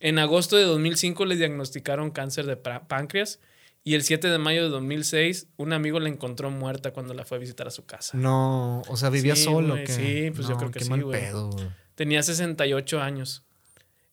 En agosto de 2005 le diagnosticaron cáncer de pra- páncreas y el 7 de mayo de 2006 un amigo la encontró muerta cuando la fue a visitar a su casa.
No, o sea, vivía
Sí,
solo.
güey,
¿qué?
sí, pues yo
No,
creo que
qué
sí,
mal
güey.
pedo, güey.
Tenía 68 años.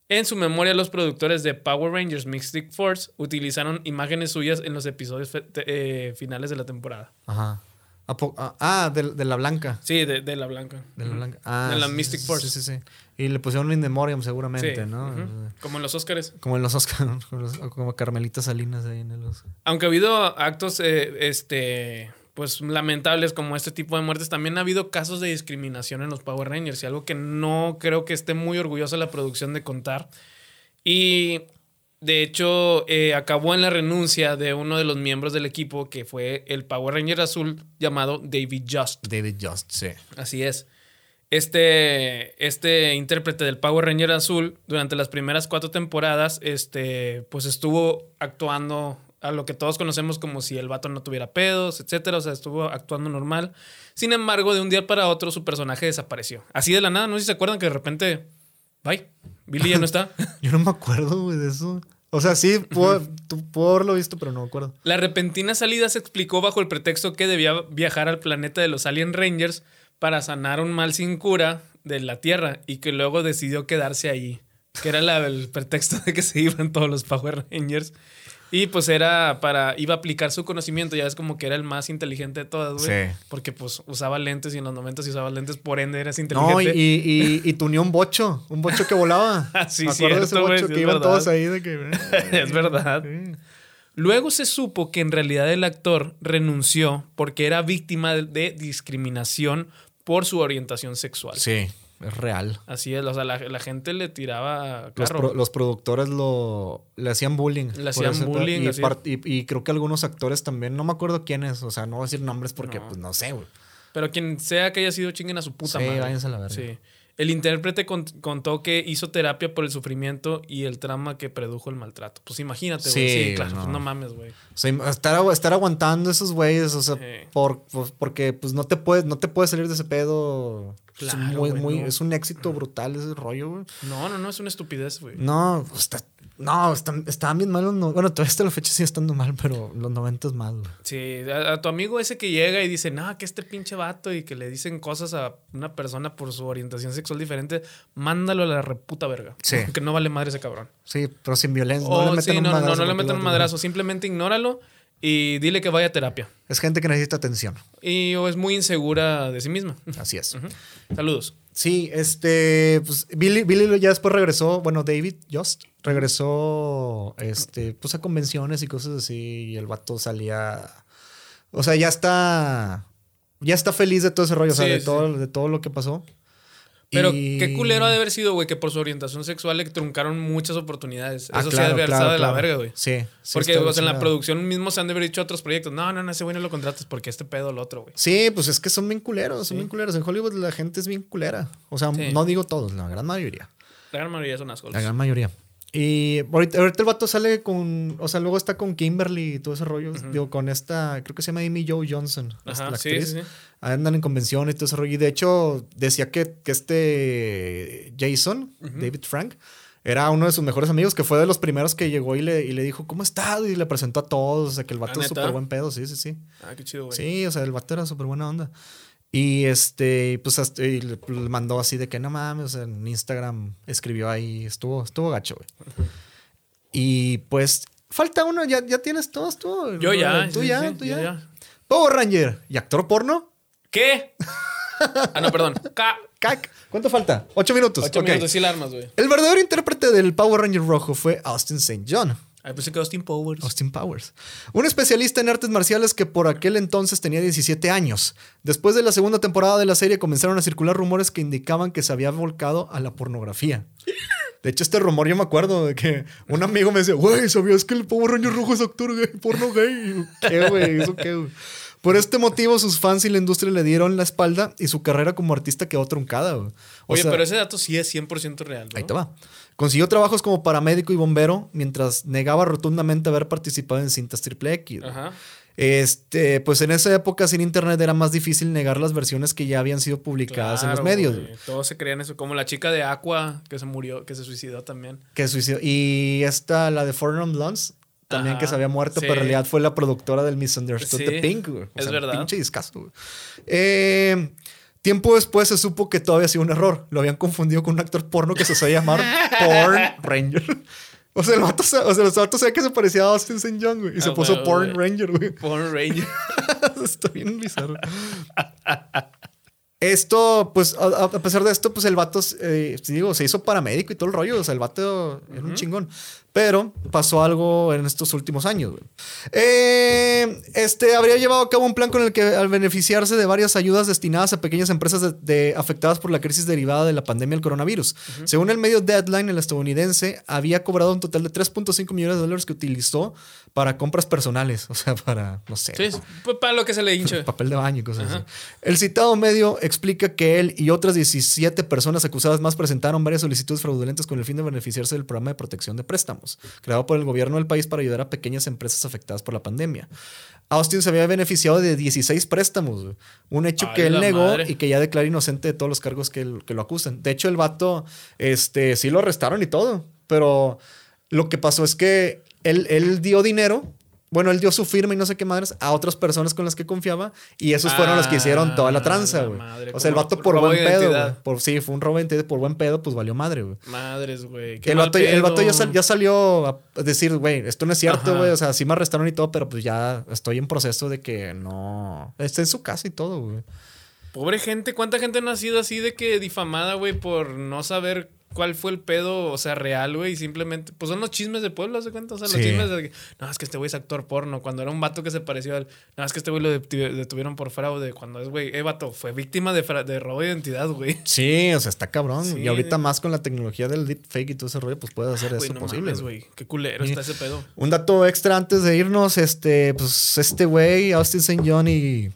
En su memoria, los productores de Power Rangers Mystic Force utilizaron imágenes suyas en los episodios fe- te- eh, finales de la temporada.
Ajá. ¿A po- ah, ah, de, de la blanca.
Sí, de, de la blanca.
De la
Ujú.
blanca. Ah,
De la
sí,
Mystic
sí,
Force.
Sí, sí, sí. Y le pusieron In Memoriam
Sí,
seguramente, ¿no?
ujú. Como en los Oscars.
Como en los Oscars, como, los- como Carmelita Salinas ahí en el Oscar.
Aunque ha habido actos, eh, este, pues lamentables como este tipo de muertes, también ha habido casos de discriminación en los Power Rangers y algo que no creo que esté muy orgullosa la producción de contar. Y de hecho eh, acabó en la renuncia de uno de los miembros del equipo que fue el Power Ranger azul llamado David Just.
David Just, sí.
Así es. Este, este intérprete del Power Ranger Azul, durante las primeras cuatro temporadas, este, pues estuvo actuando a lo que todos conocemos como si el vato no tuviera pedos, etcétera. O sea, estuvo actuando normal. Sin embargo, de un día para otro, su personaje desapareció. Así de la nada, no sé si se acuerdan que de repente. Bye. Billy ya no está.
Yo no me acuerdo, güey, de eso. O sea, sí, puedo, tú- puedo haberlo visto, pero no me acuerdo.
La repentina salida se explicó bajo el pretexto que debía viajar al planeta de los Alien Rangers para sanar un mal sin cura de la Tierra y que luego decidió quedarse ahí, que era la- el pretexto de que se iban todos los Power Rangers. Y pues era para, iba a aplicar su conocimiento, ya ves como que era el más inteligente de todas, güey.
Sí.
Porque pues usaba lentes y en los 90 usaba lentes, por ende eras inteligente.
No, y, y, y, y tuneó un bocho, un bocho que volaba.
Ah, sí,
me acuerdo de ese
cierto, güey,
bocho
sí,
que
es
iban
verdad.
todos ahí de que.
Es verdad.
Sí.
Luego se supo que en realidad el actor renunció porque era víctima de, de discriminación por su orientación sexual.
Sí, es real.
Así es, o sea, la, la gente le tiraba
Los,
carro.
pro- los productores lo, le hacían bullying. por
hacían
ese pedo.
bullying,
Y,
así.
par- y- y creo que algunos actores también, no me acuerdo quiénes, o sea, no voy a decir nombres porque
No.
pues no sé, güey.
Pero quien sea que haya sido, chinguen a su puta
Sí,
madre.
váyanse a la verga.
Sí. El intérprete cont- contó que hizo terapia por el sufrimiento y el trauma que produjo el maltrato. Pues imagínate, güey.
Sí,
Sí, claro.
no.
pues No mames, güey.
O sea, im- estar, agu- estar aguantando esos güeyes, o sea,
Sí.
por, por- porque pues no te puedes, no te puedes salir de ese pedo.
Claro,
es, muy-
güey,
muy-
no.
es un éxito brutal ese rollo, güey.
No, no, no, es una estupidez, güey.
No, pues, está- no, están, estaban bien malos. No, bueno, todavía hasta la fecha sigue estando mal, pero los 90 es mal, güey.
Sí, a, a tu amigo ese que llega y dice, no, que este pinche vato y que le dicen cosas a una persona por su orientación sexual diferente, mándalo a la reputa verga.
Sí.
Que no vale madre ese cabrón.
Sí, pero sin violencia.
O,
no le metan
Oh, sí,
un
no, no, no,
madrazo.
le
porque
metan
lo-
un madrazo. Simplemente ignóralo y dile que vaya a terapia.
Es gente que necesita atención.
Y o es muy insegura de sí misma.
Así es.
Saludos.
Sí, este, pues Billy, Billy lo- ya después regresó, bueno, David Just regresó, este, pues a convenciones y cosas así, y el vato salía, o sea, ya está, ya está feliz de todo ese rollo, o sea,
Sí,
de,
sí.
todo, de todo lo que pasó.
Pero
Y-
qué culero ha de haber sido, güey, que por su orientación sexual le truncaron muchas oportunidades.
Ah,
Eso sí ha de
claro,
haber
claro,
estado de la
claro.
verga, güey.
Sí. sí,
porque
está
o sea, en la
chingado.
producción mismo se han de haber dicho otros proyectos. No, no, no, ese güey no lo contratas porque este pedo el otro, güey.
Sí, pues es que son bien culeros,
Sí.
son bien culeros. En Hollywood la gente es bien culera. O sea,
Sí.
no digo todos, la gran mayoría.
La gran mayoría son ascoles.
La gran mayoría. Y ahorita, ahorita el vato sale con. O sea, luego está con Kimberly y todo ese rollo. Digo, con esta. Creo que se llama Amy Joe Johnson.
Ajá,
la
sí,
actriz.
sí, sí.
Andan en convenciones y todo ese rollo. Y de hecho, decía que, que este Jason, David Frank, era uno de sus mejores amigos, que fue de los primeros que llegó y le, y le dijo, ¿cómo estás? Y le presentó a todos. O sea, que el vato es
Ah, ¿neta?
súper buen pedo. Sí, sí, sí.
Ah, qué chido, güey.
Sí, o sea, el vato era súper buena onda. Y este, pues hasta- y le, le mandó así de que no mames, o sea, en Instagram escribió ahí, estuvo, estuvo gacho, güey. Y pues, falta uno, ya, ya tienes todos tú. Eh,
Yo ya.
Tú
sí,
ya,
sí,
tú
yo
ya. Power Ranger y actor porno,
¿Qué? ah, no, perdón. Ca-
cac. ¿Cuánto falta? Ocho minutos.
Ocho
ok.
minutos, sí la armas, güey.
El verdadero intérprete del Power Ranger rojo fue Austin St. John.
Ahí pensé que Austin Powers.
Austin Powers. Un especialista en artes marciales que por aquel entonces tenía 17 años. Después de la segunda temporada de la serie comenzaron a circular rumores que indicaban que se había volcado a la pornografía. De hecho, este rumor yo me acuerdo de que un amigo me decía, güey, ¿sabías que el Power Ranger rojo es actor gay, porno gay? Y yo, ¿Qué, güey? ¿Eso qué, güey? Por este motivo, sus fans y la industria le dieron la espalda y su carrera como artista quedó truncada. güey. O
Oye,
sea-
pero ese dato sí es 100% real. ¿no?
Ahí te va. Consiguió trabajos como paramédico y bombero mientras negaba rotundamente haber participado en cintas triple X.
Ajá.
Este, pues en esa época sin internet era más difícil negar las versiones que ya habían sido publicadas en los
Claro,
medios.
güey.
güey.
Todos se creían eso. Como la chica de Aqua que se murió, que se suicidó también.
Que suicidó. Y esta, la de Fornum Blondes, también
Ajá,
que se había muerto, pero
sí.
en realidad fue la productora del Misunderstood
Sí,
de Pink. güey. O
es
sea,
verdad.
Pinche discazo, güey. Eh, Tiempo después se supo que todo había sido un error. Lo habían confundido con un actor porno que se sabía llamar Porn Ranger. O sea, el vato, sa- o sea, el vato sabía que se parecía a Austin St. John, güey. Y se
Ah,
puso
bueno,
Porn
güey.
Ranger, güey.
Porn Ranger.
Está bien bizarro. Esto, pues, a, a- a pesar de esto, pues el vato, eh, te digo, se hizo paramédico y todo el rollo. O sea, el vato era un chingón. Pero pasó algo en estos últimos años. güey. Eh, este habría llevado a cabo un plan con el que, al beneficiarse de varias ayudas destinadas a pequeñas empresas de- de- afectadas por la crisis derivada de la pandemia del coronavirus. Según el medio Deadline, el estadounidense había cobrado un total de 3.5 millones de dólares que utilizó para compras personales. O sea, para, no sé.
Sí, es pa- para lo que se le hinche.
Papel de baño y cosas así. El citado medio explica que él y otras 17 personas acusadas más presentaron varias solicitudes fraudulentas con el fin de beneficiarse del programa de protección de préstamos, creado por el gobierno del país para ayudar a pequeñas empresas afectadas por la pandemia. Austin se había beneficiado de 16 préstamos, güey. un hecho
Ay,
que él
la
negó
madre.
y que ya declara inocente de todos los cargos que, el- que lo acusan. De hecho, el vato, este, sí lo arrestaron y todo, pero lo que pasó es que él, él dio dinero. Bueno, él dio su firma y no sé qué madres a otras personas con las que confiaba y esos fueron los que hicieron toda la
Ah,
tranza,
la
güey.
madre,
O sea, el
como
vato por
robo
buen
de
pedo,
identidad.
güey. Por, sí, fue un robo de identidad por buen pedo, pues valió madre, güey.
Madres, güey. qué
El
mal
vato, el vato ya,
pedo.
sal- ya salió a decir, güey, esto no es cierto,
Ajá.
güey. O sea, sí me arrestaron y todo, pero pues ya estoy en proceso de que no. Está en su casa y todo, güey.
Pobre gente, ¿cuánta gente no ha sido así de que difamada, güey, por no saber cuál fue el pedo, o sea, real, güey. Y simplemente, pues son los chismes de pueblo, ¿se cuenta? O sea, los
Sí.
chismes de que, no, es que este güey es actor porno. Cuando era un vato que se pareció al, no, es que este güey lo detu- detuvieron por fraude. Cuando es, güey, eh, vato, fue víctima de, fra- de robo de identidad, güey.
Sí, o sea, está cabrón.
Sí. Ah,
Y ahorita más con la tecnología del deepfake y todo ese rollo, pues puedes hacer
Güey,
eso
no
posible.
mames,
güey.
güey. Qué culero
Sí.
está ese pedo.
Un dato extra antes de irnos, este, pues este güey, Austin St. John y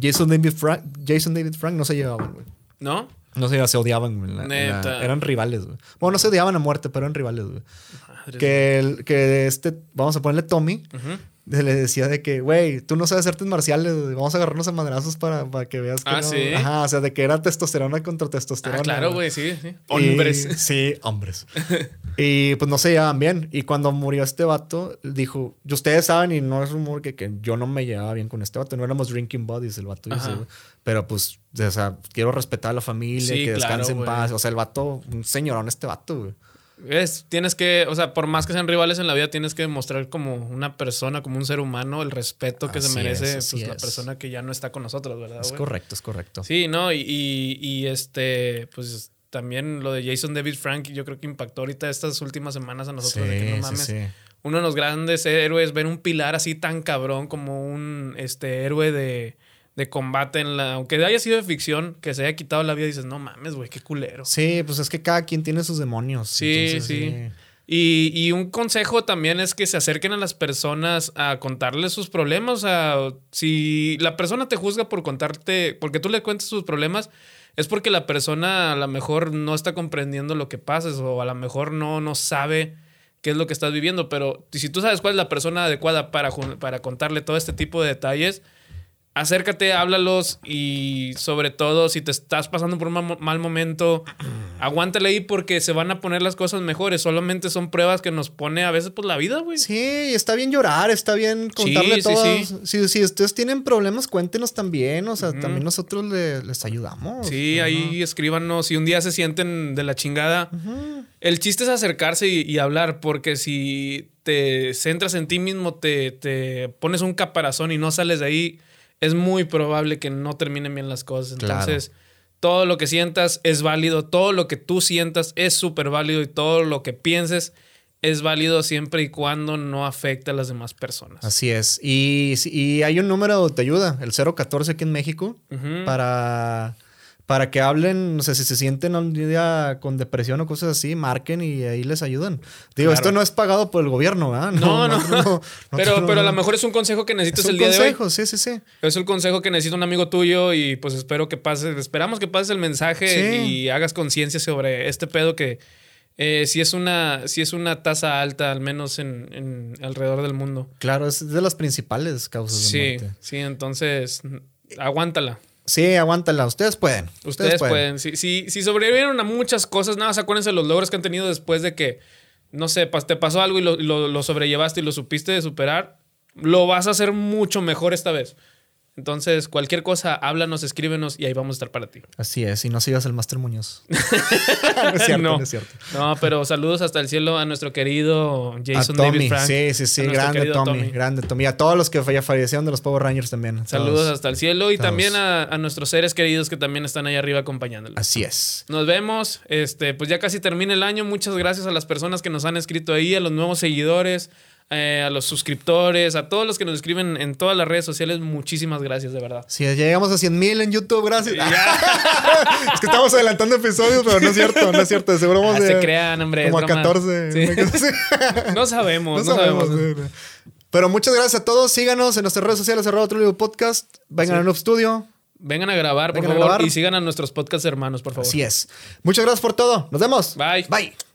Jason David Frank, Jason David Frank no se llevaban, güey.
¿No?
No se llevaban, se odiaban, güey. en la- en la-
Neta.
eran rivales, güey. Bueno, no se odiaban a muerte, pero eran rivales, güey.
Madres.
Que, el- que este, vamos a ponerle Tommy,
Ujú.
le decía de que, güey, tú no sabes artes marciales, güey. vamos a agarrarnos a madrazos para, para que veas que
Ah,
no".
¿sí?
Ajá, o sea, de que era testosterona contra testosterona.
Ah, claro, güey, sí, sí.
Y-
Hombres.
Eh, sí, hombres. y pues no se llevaban bien. Y cuando murió este vato, dijo, y ustedes saben, y no es rumor que, que yo no me llevaba bien con este vato, no éramos drinking buddies el vato. dice,
Ajá.
güey. pero pues, o sea, quiero respetar a la familia,
Sí,
que descanse
claro,
en
güey.
paz. O sea, el vato, un señorón este vato, güey.
Es, tienes que, o sea, por más que sean rivales en la vida, tienes que demostrar como una persona, como un ser humano, el respeto que se
Así es,
merece
así
pues, la
es.
persona que ya no está con nosotros, ¿verdad?
es
güey?
correcto, es correcto.
Sí, no, y, y- y, este, pues también lo de Jason David Frank, yo creo que impactó ahorita estas últimas semanas a nosotros. de que no mames. Uno de los grandes héroes, ver un pilar así tan cabrón como un este héroe de, de combate en la. Aunque haya sido de ficción, que se haya quitado la vida, dices, no mames, güey, qué culero.
Sí, pues es que cada quien tiene sus demonios.
Sí, sí. Y, y un consejo también es que se acerquen a las personas a contarles sus problemas. O sea, si la persona te juzga por contarte, porque tú le cuentas sus problemas, es porque la persona a lo mejor no está comprendiendo lo que pasas o a lo mejor no, no sabe qué es lo que estás viviendo. Pero si tú sabes cuál es la persona adecuada para, jun- para contarle todo este tipo de detalles, acércate, háblalos y sobre todo si te estás pasando por un ma- mal momento, aguántale ahí porque se van a poner las cosas mejores. Solamente son pruebas que nos pone a veces pues la vida, güey.
Sí, está bien llorar, está bien contarle
sí,
todas.
sí.
Si, si ustedes tienen problemas, cuéntenos también. O sea,
Ujú.
también nosotros le- les ayudamos.
Sí,
Ajá.
ahí escríbanos si un día se sienten de la chingada.
Ujú.
El chiste es acercarse y, y hablar, porque si te centras en ti mismo, te, te pones un caparazón y no sales de ahí, es muy probable que no terminen bien las cosas.
Claro.
Entonces, todo lo que sientas es válido, todo lo que tú sientas es súper válido y todo lo que pienses es válido siempre y cuando no afecte a las demás personas.
Así es. Y, y hay un número de ayuda, el 014 aquí en México,
Ujú.
para, para que hablen, no sé, si se sienten un día con depresión o cosas así, marquen y ahí les ayudan. Digo,
Claro.
esto no es pagado por el gobierno, ¿verdad?
No, no. pero,
no,
pero a
no.
lo mejor es un consejo que necesitas
Es un
el día de hoy.
consejo, sí, sí, sí.
Es el consejo que necesita un amigo tuyo y pues espero que pases, esperamos que pases el mensaje
Sí.
y hagas conciencia sobre este pedo que eh, si es una si es una tasa alta al menos en, en alrededor del mundo.
Claro, es de las principales causas de
Sí,
muerte.
sí, entonces mm, aguántala.
Sí, aguántala. Ustedes pueden.
Ustedes, pueden. Si, si, si sobrevivieron a muchas cosas, nada más acuérdense de los logros que han tenido después de que, no sé, pas- te pasó algo y lo, lo- lo sobrellevaste y lo supiste de superar, lo vas a hacer mucho mejor esta vez. Entonces, cualquier cosa, háblanos, escríbenos y ahí vamos a estar para ti.
Así es, y no sigas el Master Muñoz. no es cierto, no,
No.
es cierto.
No, pero saludos hasta el cielo a nuestro querido Jason
a Tommy,
David Frank.
sí, sí, sí,
a nuestro
grande
querido
Tommy, grande Tommy. Y a todos los que ya fallecieron de los Power Rangers también.
Saludos
Todos.
hasta el cielo y
todos.
también a, a nuestros seres queridos que también están ahí arriba acompañándolos.
Así es.
Nos vemos. Este, pues ya casi termina el año. Muchas gracias a las personas que nos han escrito ahí, a los nuevos seguidores, eh, a los suscriptores, a todos los que nos escriben en todas las redes sociales. Muchísimas gracias, de verdad.
Si llegamos a 100 mil en YouTube, gracias. es que estamos adelantando episodios, pero no es cierto, no es cierto. Seguro vamos
Ah, se
a-
crean, hombre. es
como a
broma.
14.
Sí.
una cosa así.
No sabemos,
No
no, sabemos.
sabemos. eh. sí, no. Pero muchas gracias a todos. Síganos en nuestras redes sociales, arroba Trulio Podcast. Vengan
Sí.
a Noob Studio.
Vengan a grabar, por
Vengan a
favor,
grabar.
y sigan a nuestros podcasts hermanos, por favor.
Así es. Muchas gracias por todo. Nos vemos.
Bye.
Bye.